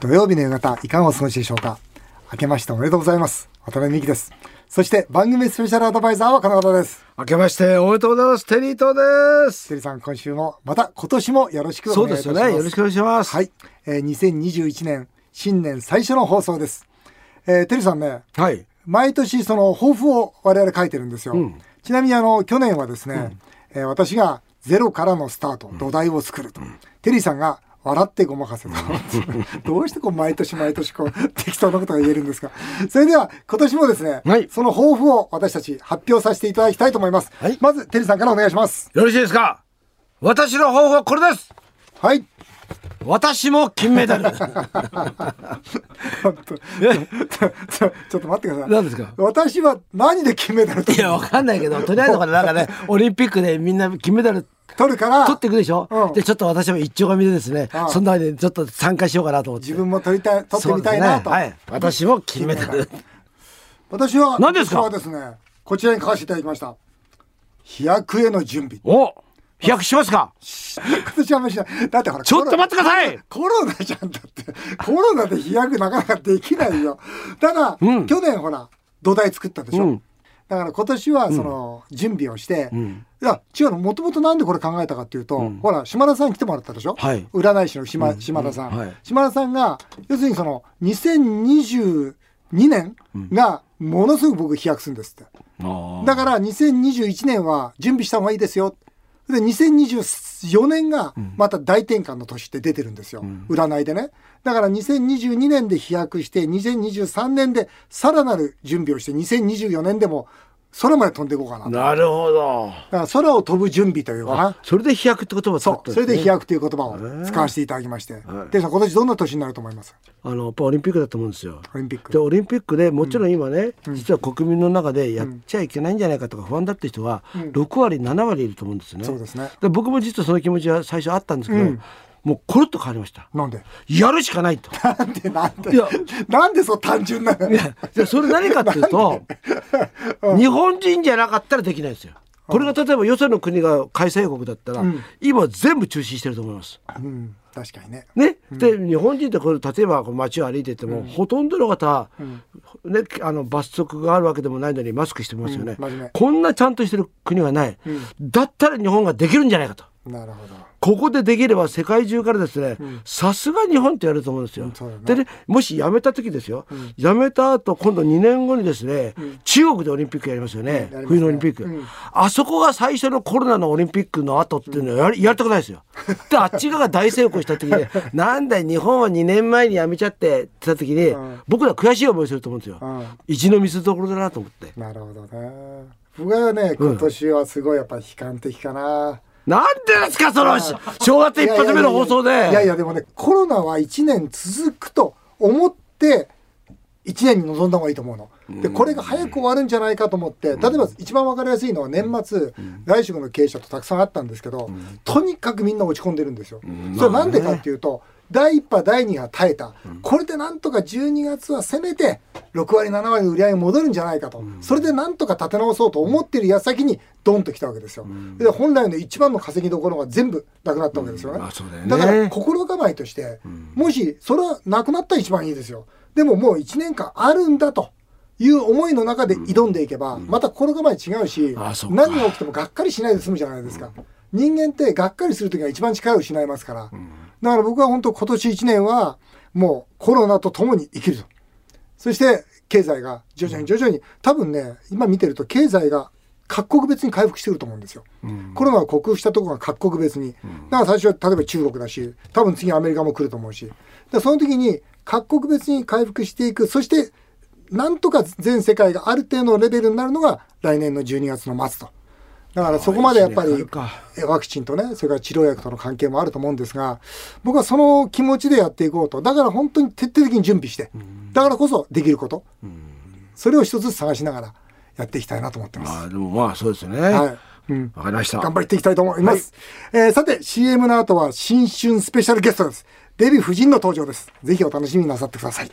土曜日の夕方、いかがお過ごしでしょうか明けましておめでとうございます。渡辺美希です。そして番組スペシャルアドバイザーはこの方です。明けましておめでとうございます。テリートです。セリさん、今週も、また今年もよろしくおそう願いいでたすしよます。ね。よろしくお願いします。はい。、えー、2021年、新年最初の放送です。えー、テリさんね、はい、毎年その抱負を我々書いてるんですよ。ちなみにあの去年はですね、えー私がゼロからのスタート、土台を作ると、テリーさんが笑ってごまかせと。 どうしてこう毎年毎年こう適当なことが言えるんですか。それでは今年もですね、はいその抱負を私たち発表させていただきたいと思います。はいまずテリーさんからお願いします。よろしいですか。私の方法はこれです。 はい。私も金メダ ル。本当ちょちょちょっと待ってください。何ですか私は何で金メダル取いや、わかんないけど、とりあえずほら、なんかね、オリンピックでみんな金メダル。取るから、取っていくでしょ、うんでちょっと私も一丁紙でですねああそんなわけでちょっと参加しようかなと思って自分も取りたい、取ってみたいなと。そうですねはい、私も金メダル私は何ですか私はですねこちらに書かせていただきました飛躍への準備お飛躍しますか今年はあんまりしないだってほらちょっと待ってくださいコロナじゃんだってコロナで飛躍なかなかできないよただ、うん去年ほら土台作ったでしょ、うんだから今年はその準備をして、いや違うのもともとなんでこれ考えたかっていうと、ほら島田さんに来てもらったでしょ、はい占い師の島,、島田さん、うんはい島田さんが要するにその2022年がものすごく僕飛躍するんですって、だから2021年は準備した方がいいですよ。で2024年がまた大転換の年って出てるんですよ、占いでねだから2022年で飛躍して2023年でさらなる準備をして2024年でも空まで飛んでいこうかなだかなるほどら空を飛ぶ準備というかなそれで飛躍って言葉を使そったうんそすねれで飛躍という言葉を使わせていただきまして、はいでさん今年どんな年になると思いますあのやっぱオリンピックだと思うんですよ。オリンピックでオリンピックでもちろん今ね、実は国民の中でやっちゃいけないんじゃないかとか不安だって人は6割7割いると思うんですよね。そうですねで僕も実はその気持ちは最初あったんですけど、もうコロッと変わりました。なんでやるしか ないと。なんでなんでいやなんでそう単純なのいやじゃあそれ何かっていうと、日本人じゃなかったらできないんですよ。これが例えばよその国が開催国だったら、今全部中止してると思います。うん確かにねね、で日本人ってこれ例えばこう街を歩いてても、ほとんどの方、ね、あの罰則があるわけでもないのにマスクしてますよね、うん真面目こんなちゃんとしてる国はない、だったら日本ができるんじゃないかとなるほどここでできれば世界中からですねさすが日本ってやると思うんですよ。そうだねでねもしやめた時ですよ、やめた後今度2年後にですね、中国でオリンピックやりますよね,、やりますね冬のオリンピック、あそこが最初のコロナのオリンピックの後っていうのはやりやりたくないですよ。であっち側が大成功した 時になんだい日本は2年前にやめちゃってって言った時に、ん僕ら悔しい思いすると思うんですよ。うん一の水どころだなと思って。なるほどね。僕はね、今年はすごいやっぱ悲観的かな。なんでですかそのし正月一発目の放送で。いやいやいやでもね、コロナは1年続くと思って、1年に臨んだ方がいいと思うの。で、これが早く終わるんじゃないかと思って、例えば一番わかりやすいのは年末、外食の経営者とたくさんあったんですけど、とにかくみんな落ち込んでるんですよ。それなんでかっていうと、第1波、第2波耐えた。これでなんとか12月はせめて、6割、7割の売り上げに戻るんじゃないかと。それでなんとか立て直そうと思ってる矢先に、ドンと来たわけですよ。で、本来の一番の稼ぎどころが全部なくなったわけですよね。まあそうだよねから心構えとして、もしそれはなくなったら一番いいですよでももう1年間あるんだという思いの中で挑んでいけば、また心構え違うしあそうか何が起きてもがっかりしないで済むじゃないですか、人間ってがっかりする時が一番力を失いますから、だから僕は本当今年1年はもうコロナと共に生きるとそして経済が徐々に徐々に、多分ね今見てると経済が各国別に回復してくると思うんですよ、コロナを克服したところが各国別に、だから最初は例えば中国だし多分次アメリカも来ると思うしでその時に各国別に回復していくそしてなんとか全世界がある程度のレベルになるのが来年の12月の末とだからそこまでやっぱあり一年かかるかえワクチンとねそれから治療薬との関係もあると思うんですが僕はその気持ちでやっていこうとだから本当に徹底的に準備してだからこそできることそれを一つずつ探しながらやっていきたいなと思ってます。あーでもまあそうですよね。はいうんわかりました。頑張っていきたいと思います、えーさて CM の後は新春スペシャルゲストですデヴィ夫人の登場ですぜひお楽しみになさってください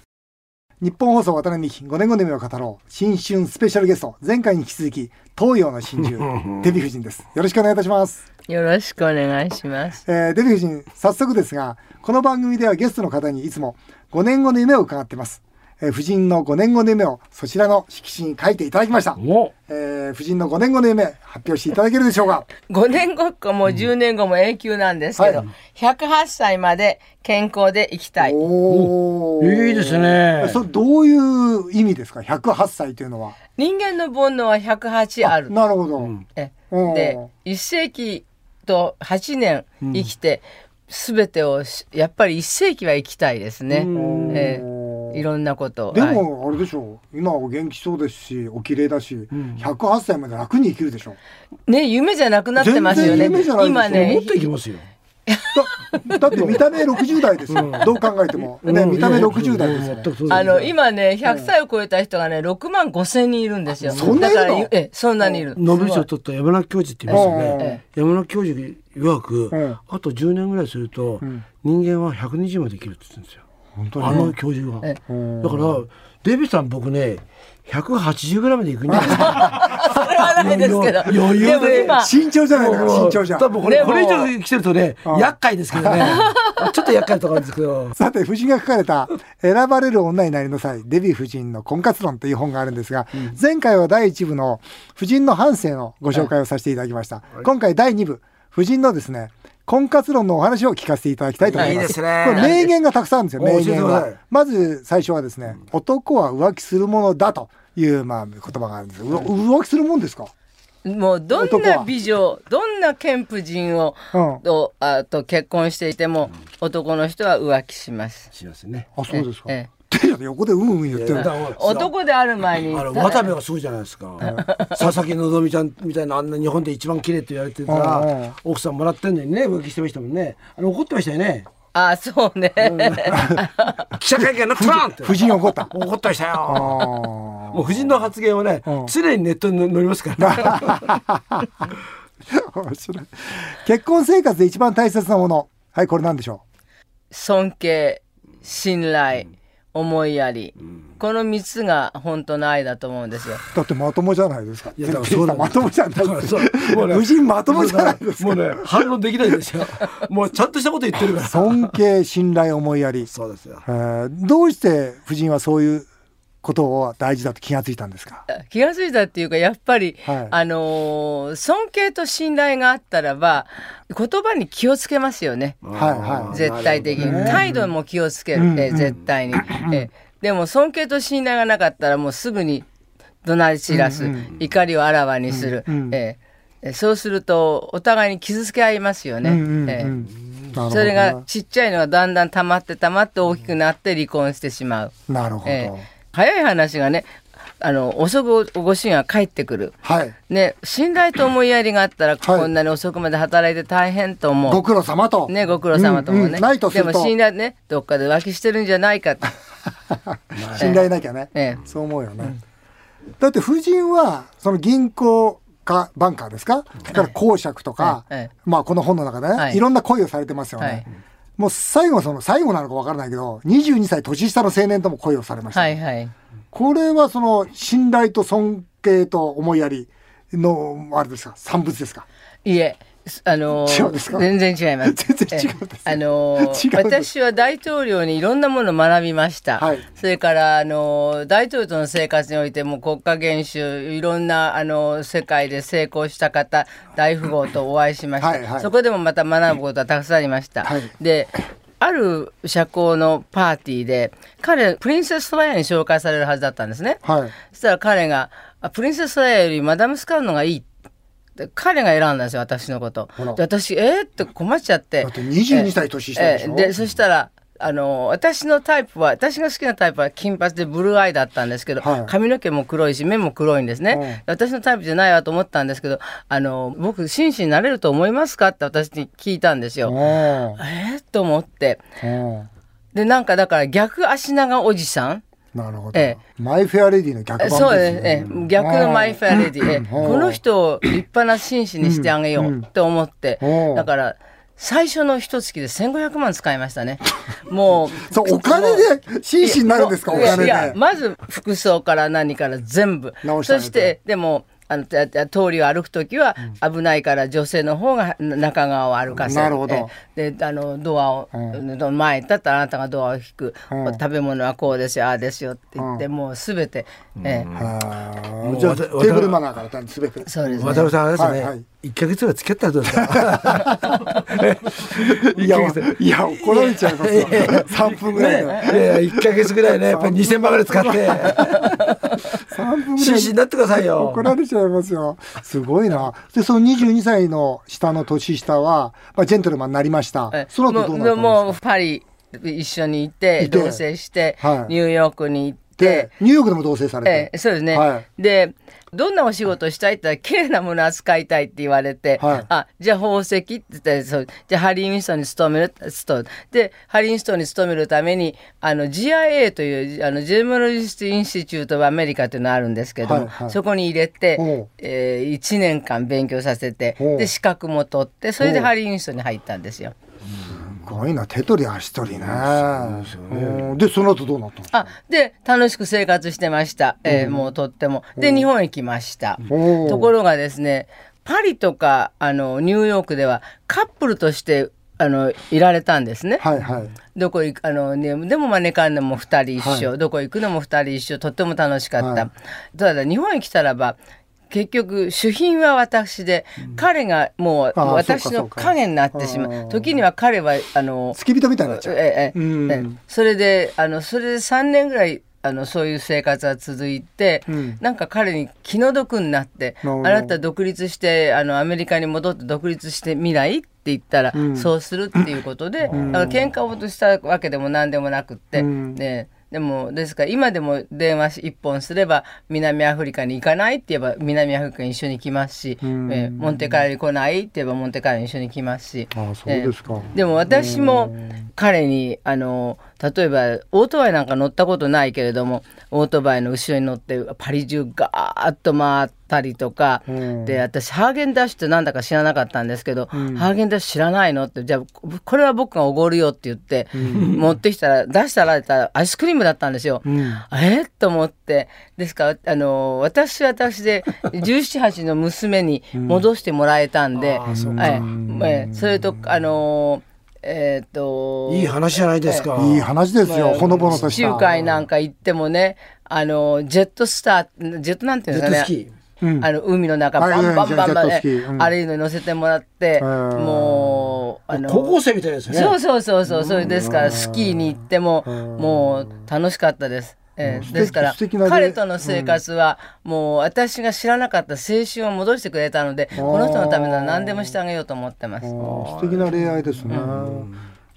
日本放送渡辺美希5年後の夢を語ろう新春スペシャルゲスト前回に引き続き東洋の真 珠デヴィ夫人ですよろしくお願いいたします、よろしくお願いします。えーデヴィ夫人早速ですがこの番組ではゲストの方にいつも5年後の夢を伺ってます、えー夫人の5年後の夢をそちらの色紙に書いていただきました、おえー夫人の5年後の夢発表していただけるでしょうか5年後かも10年後も永久なんですけど、はい108歳まで健康で生きたい。おーいいですねそれどういう意味ですか108歳というのは人間の煩悩は108ある。なるほど、えうんで、1世紀と8年生きて、すべてをし、やっぱり1世紀は生きたいですね。うんえおーいろんなことを。ではいもあれでしょう今お元気そうですしお綺麗だし、108歳まで楽に生きるでしょね、夢じゃなくなってますよね。全然夢じゃないですよ今ねもっ、といきますよだだって見た目60代ですよ、どう考えても、ね、うん見た目いや60代ですよ、ね全くそうですあの、今ね、100歳を超えた人がね、6万5千人いるんですよ。そんないるのだからえ、そんなにいる。ノベル賞取った山中教授って言いますよねえ山中教授曰く、うんあと10年ぐらいすると、人間は120まで生きるって言ってるんですよ本当あにねの教授がだえかうんらデビさん僕ね180ぐらいまで行くんじゃないですかそれはないですけど。余裕でもで今、慎重じゃないだから 慎重じゃん多分これでもこれ以上来てるとねうん厄介ですけどねちょっと厄介なとこあるんです けどさて、夫人が書かれた「選ばれる女になりなさいデヴィ夫人の婚活論」という本があるんですが、前回は第1部の夫人の半生のご紹介をさせていただきました、今回第2部夫人のですね婚活論のお話を聞かせていただきたいと思いますいいですねこれ名言がたくさんあるんですよお名言教えてくはださいまず最初はですね「男は浮気するものだ」というまあ言葉があるんですうわ浮気するもんですか、もうどん男はな美女、どんな賢婦人を、うん、とあと結婚していても、男の人は浮気します。しますねあそうですかえって横でうんうん言ってる男である前に。あの渡部がすごいじゃないですか佐々木希ちゃんみたいなあんな日本で一番綺麗と言われてたうんうんら奥さんもらってんのにね浮気してましたもんねあれ怒ってましたよねあ、そうね。 記者会見のトラン って夫人怒 った怒ってましたあよーもう夫人の発言はねうん常にネットに載りま すから面白い結婚生活で一番大切なものはいこれなんでしょ尊敬、信頼、思いやり。この三つが本当の愛だと思うんですよ。うだってまともじゃないですかいやだからそうなんまだともじゃないです そうもうね夫人まともじゃないですもうかね反論できないで すよもうちゃんとしたこと言ってるから尊敬信頼思いやり、そうですよえーどうして夫人はそういうことを大事だと気がついたんですか気が付いたっていうかやっぱり、はいあのー尊敬と信頼があったらば言葉に気をつけますよねはいはい絶対的に、態度も気をつける、うんえ絶対に、 えでも尊敬と信頼がなかったらもうすぐに怒鳴り散らす、怒りをあらわにする、うんええそうするとお互いに傷つけ合いますよね、うんうんうんええなるほどそれがちっちゃいのがだんだん溜まって溜まって大きくなって離婚してしまう。なるほど、ええ早い話がねあの遅くご主人が帰ってくる、はいね、信頼と思いやりがあったらこんなに遅くまで働いて大変と思う。ご苦労様と、ね、ご苦労様ともね、うんうんないとすでるとも信頼ねどっかで浮気してるんじゃないかって、信頼なきゃね、ええそう思うよね、だって夫人はその銀行かバンカーですか、だから公爵とか、ええまあこの本の中でね、はいい、ろんな恋をされてますよね、はいもう最後はその最後なのかわからないけど22歳年下の青年とも恋をされました、はいはいこれはその信頼と尊敬と思いやりのあれですか産物ですかいえあのー違うんですか全然違います 全然違うんですええあの ー違うんです私は大統領にいろんなものを学びました、はいそれから、あのー大統領との生活においても国家元首いろんな、あのー世界で成功した方大富豪とお会いしましたはいはいそこでもまた学ぶことはたくさんありました、はいである社交のパーティーで彼プリンセス・ソライヤに紹介されるはずだったんですね、はいそしたら彼があ「プリンセス・ソライヤよりマダム・スカルノがいい」で彼が選んだんですよ私のことらで私えー、って困っちゃってだって22歳年下でしょえーでそしたらあの私のタイプは私が好きなタイプは金髪でブルーアイだったんですけど、はい髪の毛も黒いし目も黒いんですね、私のタイプじゃないわと思ったんですけどあの僕紳士になれると思いますかって私に聞いたんですよ、おえー、と思っておでなんかだから逆足長おじさんなるほど、えマイ・フェア・レディの逆版ですそうですねね、ええ逆のマイ・フェア・レディ、ええうんこの人を立派な紳士にしてあげようと思って、うんだから最初の一月で1500万使いましたね。もう。 そうお金で紳士になるんですかおいや金いやで。まず服装から何から全部直してあげそてしてでもあのたた通りを歩く時は危ないから女性の方がな中側を歩かせてなるほどであのドアを、うん前に立ったらあなたがドアを引く、うん食べ物はこうですよああですよって言って、もう全て、はええもあうじゃあわテたーブルマナーからたんすべて。そうです渡辺さんあれですはいはいね一ヶ月ぐらい付き合ったらど う ですかいやいや怒られちゃいますよ。三分ぐらいの。 ねいやいや1か月ぐらい ねやっぱり2000万ぐらい使 って三分ぐら紳い士になってくださいよ怒られちゃいますよ。すごいな。でその22歳の下の年下はまあジェントルマンになりましたええ。その後どうなったんですか。もうもうパリ一緒に行っていて同棲して、はいニューヨークに行ってで。ニューヨークでも同棲されえて。え、そうですね、はいでどんなお仕事したいって言ったら綺麗なもの扱いたいって言われて、はいあじゃあ宝石って言ってそうじゃあハリー・ウィンストンに勤める勤めでハリー・ウィンストンに勤めるためにあの GIA というあのジェムロジスト・インシチュート・オブ・アメリカというのがあるんですけども、はいはいそこに入れておう、え1年間勉強させておうで資格も取ってそれでおうハリー・ウィンストンに入ったんですよ。すごいな手取り足取りね。うんでその後どうなったの。あで楽しく生活してました、えーもうとっても。で日本へ来ました。おーところがですねパリとかあのニューヨークではカップルとしてあのいられたんですね。はいはい。どこ行くあの、ね、でも招かんのも2人一緒、どこ行くのも2人一緒とっても楽しかった、はただ日本へ来たらば結局主賓は私で、彼がもうああそ私うかそのうか影になってしあまあう時には彼はあの付き人みたいになっちゃう。ええええうんええそれであのそれで3年ぐらいあのそういう生活が続いて、うんなんか彼に気の毒になって「なるあほどなた独立してあのアメリカに戻って独立してみない?」って言ったら、うんそうするっていうことで、なんか喧嘩をしたわけでも何でもなくって、うんねでもですから今でも電話一本すれば南アフリカに行かないって言えば南アフリカに一緒に来ますし、うんええモンテカーロに来ないって言えばモンテカーロに一緒に来ますし。あそうですか。でも私も彼にあの例えばオートバイなんか乗ったことないけれどもオートバイの後ろに乗ってパリ中ガーッと回ったりとか、うんで私ハーゲンダッシュってなんだか知らなかったんですけど、うんハーゲンダッシュ知らないのってじゃあこれは僕がおごるよって言って、持ってきたら出したらアイスクリームだったんですよ。うん。えっと思ってですからあの私は私で1718の娘に戻してもらえたんで、あーそうええええそれとあのえっといい話じゃないですかいい話ですよ、ほのぼのとし地た。中海なんか行ってもねあのジェットスタージェットなんていうんですかねジェットうんあの海の中はバいンバンバンバン、ジェットスキーうんあれの乗せてもらって、うんもうあの高校生みたいですねそうそうそうそうそれですからスキーに行ってももう楽しかったです。え素敵ーですから素敵なね彼との生活はもう私が知らなかった青春を戻してくれたのでこの人のためなら何でもしてあげようと思ってます。素敵な恋愛ですね。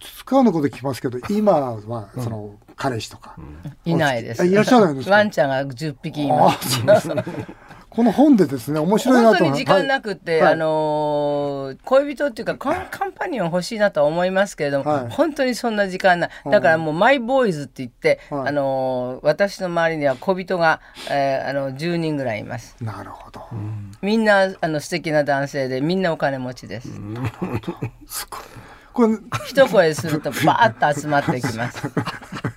つつかわのこと聞きますけど、今はその彼氏とか。いないです。あいらっしゃらないんですかワンちゃんが10匹いまあす。そうですね。この本でですね、面白いな本と当思に時間なくくて、はいあのー恋人っていうかカンカンパニオン欲しいなとは思いますけれども、はい本当にそんな時間ないだからもうマイボーイズって言って、はいあのー私の周りには小人が、えーあの10人ぐらいいますなるほど。みんなあの素敵な男性でみんなお金持ちです、すごい。これ、一声するとバーッと集まってきます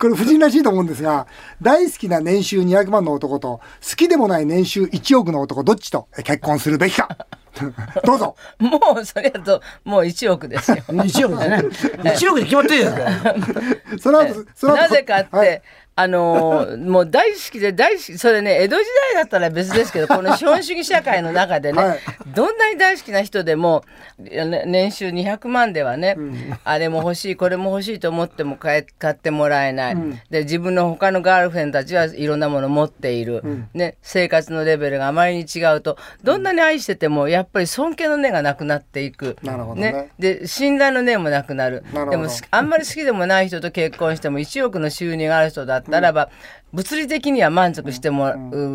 これ、夫人らしいと思うんですが、大好きな年収200万の男と、好きでもない年収1億の男、どっちと結婚するべきか。 どうぞ。もうそれだともう1億ですよ1億ですね1億で 決まってるじゃないですかその後、その後なぜかって、はいあのーもう大好きで大好きそれね江戸時代だったら別ですけどこの資本主義社会の中でね、はいどんなに大好きな人でもいやね年収200万ではね、あれも欲しいこれも欲しいと思っても買え買ってもらえない、で自分の他のガールフレンドたちはいろんなもの持っている、ね、生活のレベルがあまりに違うとどんなに愛しててもやっぱり尊敬の念がなくなっていく。なるほどねで信頼の念もなくなるなるほどでもすあんまり好きでもない人と結婚しても1億の収入がある人だったらば、物理的には満足しても、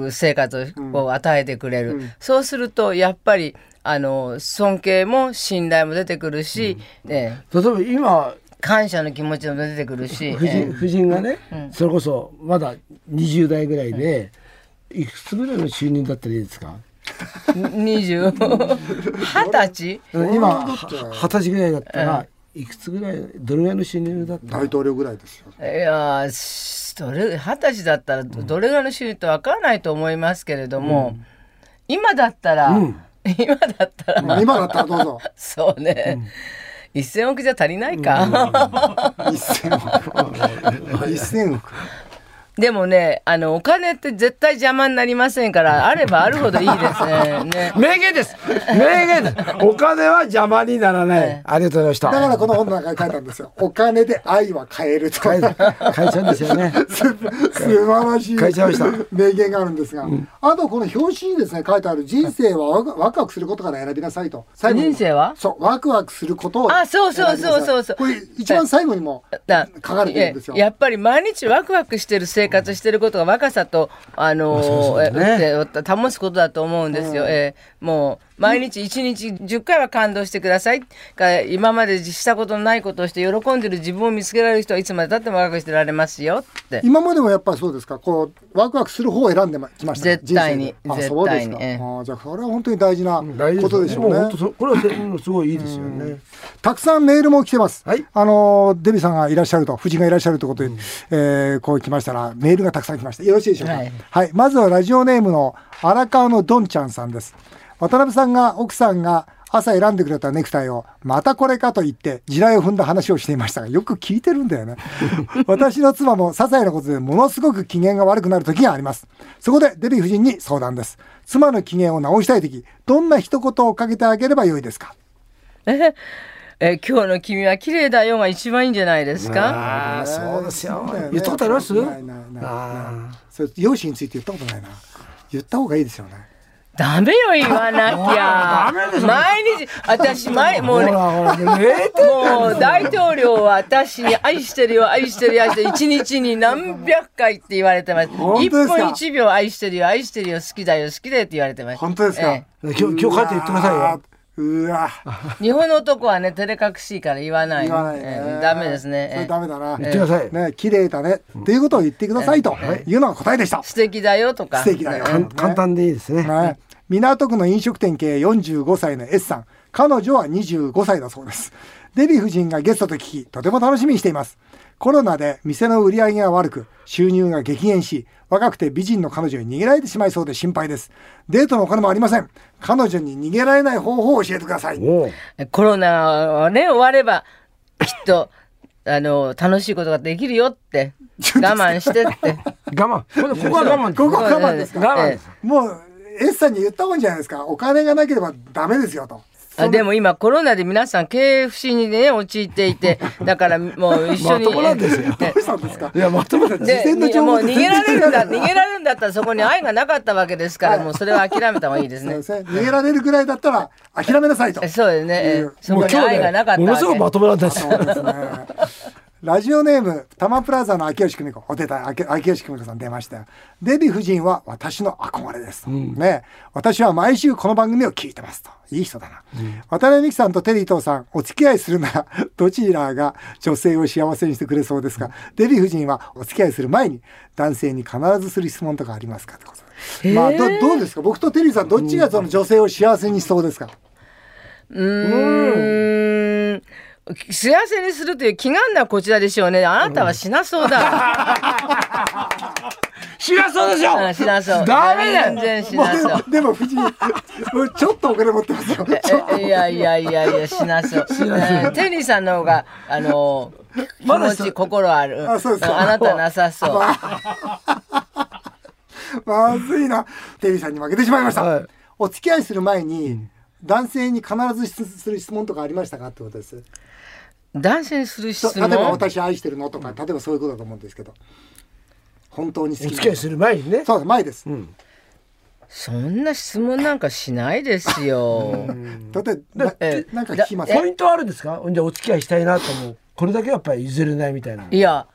う生活を与えてくれる、そうするとやっぱりあの尊敬も信頼も出てくるし、ええ 例えば今感謝の気持ちも出てくるし、夫え人夫人がねそれこそまだ20代ぐらいでいくつぐらいの収入だったらいいですかえ二十二十歳今は二十歳ぐらいだったら、いくつぐらいどれぐらいの収入だった大統領ぐらいですよいやーしどれ二十歳だったらどれぐらいの収入ってわからないと思いますけれども、今だったら、 今だったら、まあ今だったらどうぞそうね、一1,000億じゃ足りないか、 1000億1000億 でもねあのお金って絶対邪魔になりませんからあればあるほどいいですねね 名言です名言です お金は邪魔にならないありがとうございましだからたこの本の中に書いたんですよお金で愛は買えると変え変えちゃうんですよね素素晴らしい書いちゃいました名言があるんですが、あとこの表紙にですね書いてある「人生はワクワクワクすることから選びなさいと」最後に人生はそうワクワクすることをあそうそうそうそうそ選びなさいうこれ一番最後にもだ書かれてるんですよいややっぱり毎日ワクワクしてる生活してることが若さと、あのーええ保つことだと思うんですよ。ええもう毎日1日10回は感動してくださいか今までしたことのないことをして喜んでる自分を見つけられる人はいつまでたっても若くしてられますよって。今までもやっぱりそうですかこうワクワクする方を選んでまきました絶対に人生であ絶対にそうですか、ええあじゃあそれは本当に大事な大事ことでしょうねも本当そうこれはうんすごいいいですよねたくさんメールも来てます。はいあのデビさんがいらっしゃると、夫人がいらっしゃるということで、えーこう来ましたら、メールがたくさん来ました。よろしいでしょうか。ははいい、まずはラジオネームの荒川のどんちゃんさんです。渡辺さんが奥さんが朝選んでくれたネクタイをまたこれかと言って地雷を踏んだ話をしていましたがよく聞いてるんだよね私の妻も些細なことでものすごく機嫌が悪くなる時がありますそこでデヴィ夫人に相談です妻の機嫌を直したい時どんな一言をかけてあげればよいですかええ今日の君は綺麗だよが一番いいんじゃないですか。ああそうですよだよね言ったことありますないないないあそれ容姿について言ったことないな言った方がいいですよねダメよ言わな きゃ。毎日私毎もうねあほらほら0点もう大統領は私に愛してるよ愛してるよ愛してる一日に何百回って言われてます本一当ですか分一秒愛してるよ愛してるよ好きだよ好きだよって言われてます本当ですか、え今日今日帰って言ってくださいようわえ日本の男はね照れ隠しいから言わない言わないね、ええダメですね、そえれえダメだな、言ってくださいね綺麗だね、っていうことを言ってくださいというのが答えでした、素敵だよとか素敵だよ かん簡単でいいですねね、港区の飲食店経営45歳の S さん彼女は25歳だそうですデヴィ夫人がゲストと聞きとても楽しみにしていますコロナで店の売り上げが悪く収入が激減し若くて美人の彼女に逃げられてしまいそうで心配ですデートのお金もありません彼女に逃げられない方法を教えてくださいおうコロナはね終わればきっとあの楽しいことができるよって我慢してって我慢 こここは我慢ここは我慢ですかええ我慢ですもう S さんに言ったもんじゃないですかお金がなければダメですよとあでも今コロナで皆さん経営不振にね陥って いてだからもう一緒にまともなんです よどうしたんですかいやまとめたで前の情もう報と全逃げ然られるんだ逃げられるんだったらそこに愛がなかったわけで すからもうそれは諦めた方がいいですそうねで。すね逃げられるぐらいだったら諦めなさいとそうですね。えいやーそこに今日愛がなかったもわのけ。すごくまとめられたんですよそうですね。ラジオネーム、タマプラザの秋吉久美子。お出た、秋秋吉久美子さん出ましたよ。デヴィ夫人は私の憧れです。ね。私は毎週この番組を聞いてますと。いい人だな。渡辺美樹さんとテリー伊藤さん、お付き合いするなら、どちらが女性を幸せにしてくれそうですが、デヴィ夫人はお付き合いする前に、男性に必ずする質問とかありますかってことでまあ、どどうですか僕とテリーさん、どっちがその女性を幸せにしそう ですか、うーん。幸せにするという気がんなこちらでしょうね。あなたは死なそ うだ。しなそうでしょうん、死なそう。ダメだよ全然死なそう。 でも、夫人、もうちょっとお金持ってますよ。え いやいやいやいやしなそう。うんテリーさんの方があの気まだ持しち心ある。あそうですかんあなたなさそう。まずいな。テリーさんに負けてしまいました。はいお付き合いする前に、男性に必ず質する質問とかありましたかってことです。男性にする質そう例え問。ば私愛してるのとか、例えばそういうことだと思うんですけど。本当に好きおなの付き合いする前にねそうです前です。そんな質問なんかしないですよ。だってなえなんか聞きます。ポイントはあるんですかじゃあお付き合いしたいなと思うこれだけはやっぱり譲れないみたいないや、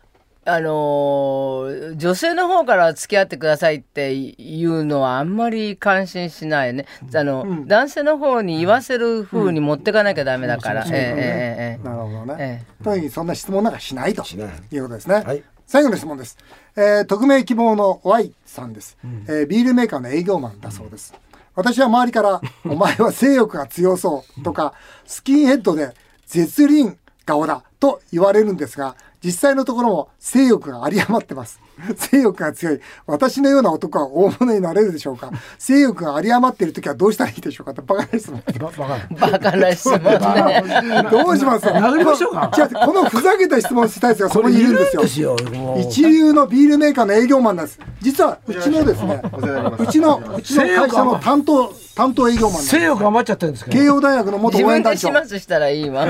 あのー女性の方から付き合ってくださいっていうのはあんまり感心しないね。あの、男性の方に言わせる風に持ってかなきゃダメだから。ええええええなるほどねえ。とにかくそんな質問なんかしないとないいうことですね。はい最後の質問です。えー匿名希望の Y さんです、えービールメーカーの営業マンだそうです。私は周り から「お前は性欲が強そう」とか「スキンヘッドで絶倫顔だ」と言われるんですが実際のところも性欲が有り余ってます性欲が強い私のような男は大物になれるでしょうか性欲が有り余っている時はどうしたらいいでしょうかってバカな質問バカなバカな質問ね。 どうします殴りましょうか違うこのふざけた質問したやつがそこにいるんですよよ。もう一流のビールメーカーの営業マンなんです実はうちのですねお世話になりますうちのうちの会社の担当担当営業マンなんです性欲余っちゃってるんですけ慶ど。応大学の元自応分援で団始長末したらいいわ。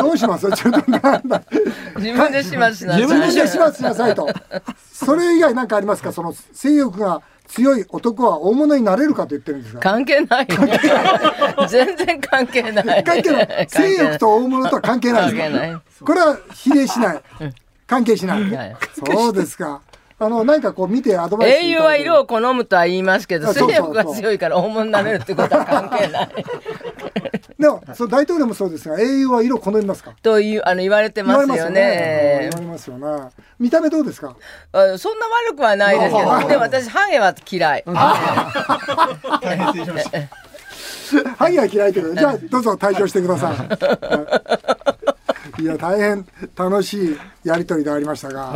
どうしますちょっとなんだ自分で始末しな自自分分でで始始末しなさいとそれ以外何かありますかその性欲が強い男は大物になれるかと言ってるんですが関係ない。全然関係ない。関係ない関性係ない欲と大物とは関係ない関で係すかない。これは比例しない関係しない、はいそうですかあの何かこう見てアドバイス英雄は色を好むとは言いますけど、あそうそう性そう欲が強いから大物になれるっ てことは関係ない。でもその大統領もそうですが英雄は色好みますかという、あの、言われて言わまれすますよよねね。言われますよね見た目どうですかあそんな悪くはないですけど、でも私、ハゲは嫌い。大変失礼しましたハゲは嫌いけど、じゃあどうぞ退場してください。いや大変楽しいやりとりでありましたが、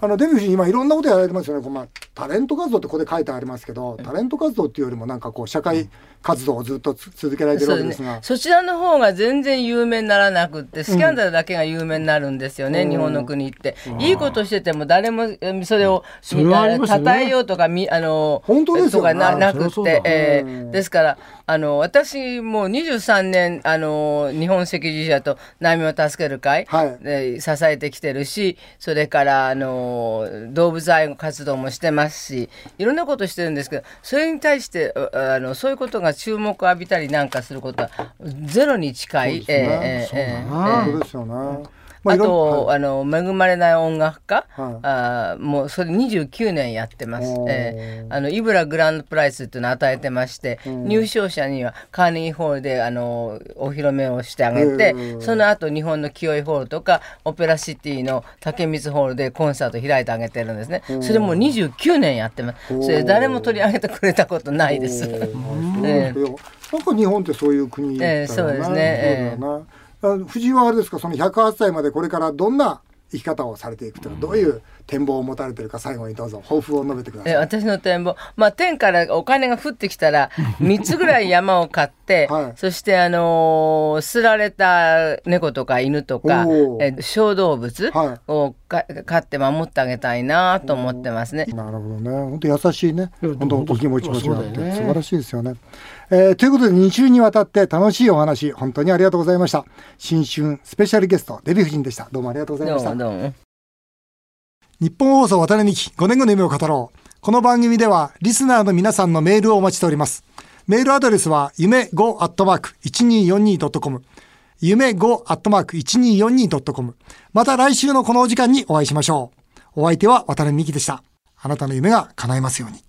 あのデヴィ夫人今いろんなことやられてますよね。こうまあタレント活動ってここで書いてありますけど、タレント活動っていうよりもなんかこう社会活動をずっとつ続けられてるそわうけでですすがね、、そちらの方が全然有名にならなくってスキャンダルだけが有名になるんですよね、日本の国って、いいことしてても誰もえーそれをそれはありますよねたえようとかみあの本当ですよねとかななくっそりゃそうて、だえうーんですからあの私もう23年あの日本赤十字社と難民を助ける会、はいで支えてきてるしそれからあの動物愛護活動もしてますしいろんなことしてるんですけどそれに対してああのそういうことが注目を浴びたりなんかすることはゼロに近い。ええええええそうですよね。まあいろんと、はいあの恵まれない音楽家、はいあーもうそれ29年やってますおー、えーあのイブラグランドプライスっていうのを与えてまして、入賞者にはカーネギーホールであのお披露目をしてあげて、うんその後日本の清居ホールとかオペラシティの竹光ホールでコンサート開いてあげてるんですね、それもう29年やってますそれ誰も取り上げてくれたことないです。おーそうでええすよなんか日本ってそういう国だよねええそうですねええそうだよねあの藤井はあれですかその108歳までこれからどんな生き方をされていくというかどういう展望を持たれてるか最後にどうぞ抱負を述べてくださえい。私の展望、まあ、天からお金が降ってき たら3つぐらい山を買って、はいそして、あのー捨てられた猫とか犬とかおーえ小動物はいをか飼って守ってあげたいなと思ってますね。なるほどね。本当優しいね。いや本当お気持ち本も当違って、そうだよね素晴らしいですよね。えーということで2週にわたって楽しいお話本当にありがとうございました。新春スペシャルゲストデヴィ夫人でした。どうもありがとうございどまうしたも。どうも。日本放送渡辺美希5年後の夢を語ろう。この番組ではリスナーの皆さんのメールをお待ちしております。メールアドレスは夢 5-1242.com 夢 5-1242.com また来週のこのお時間にお会いしましょう。お相手は渡辺美希でした。あなたの夢が叶いますように。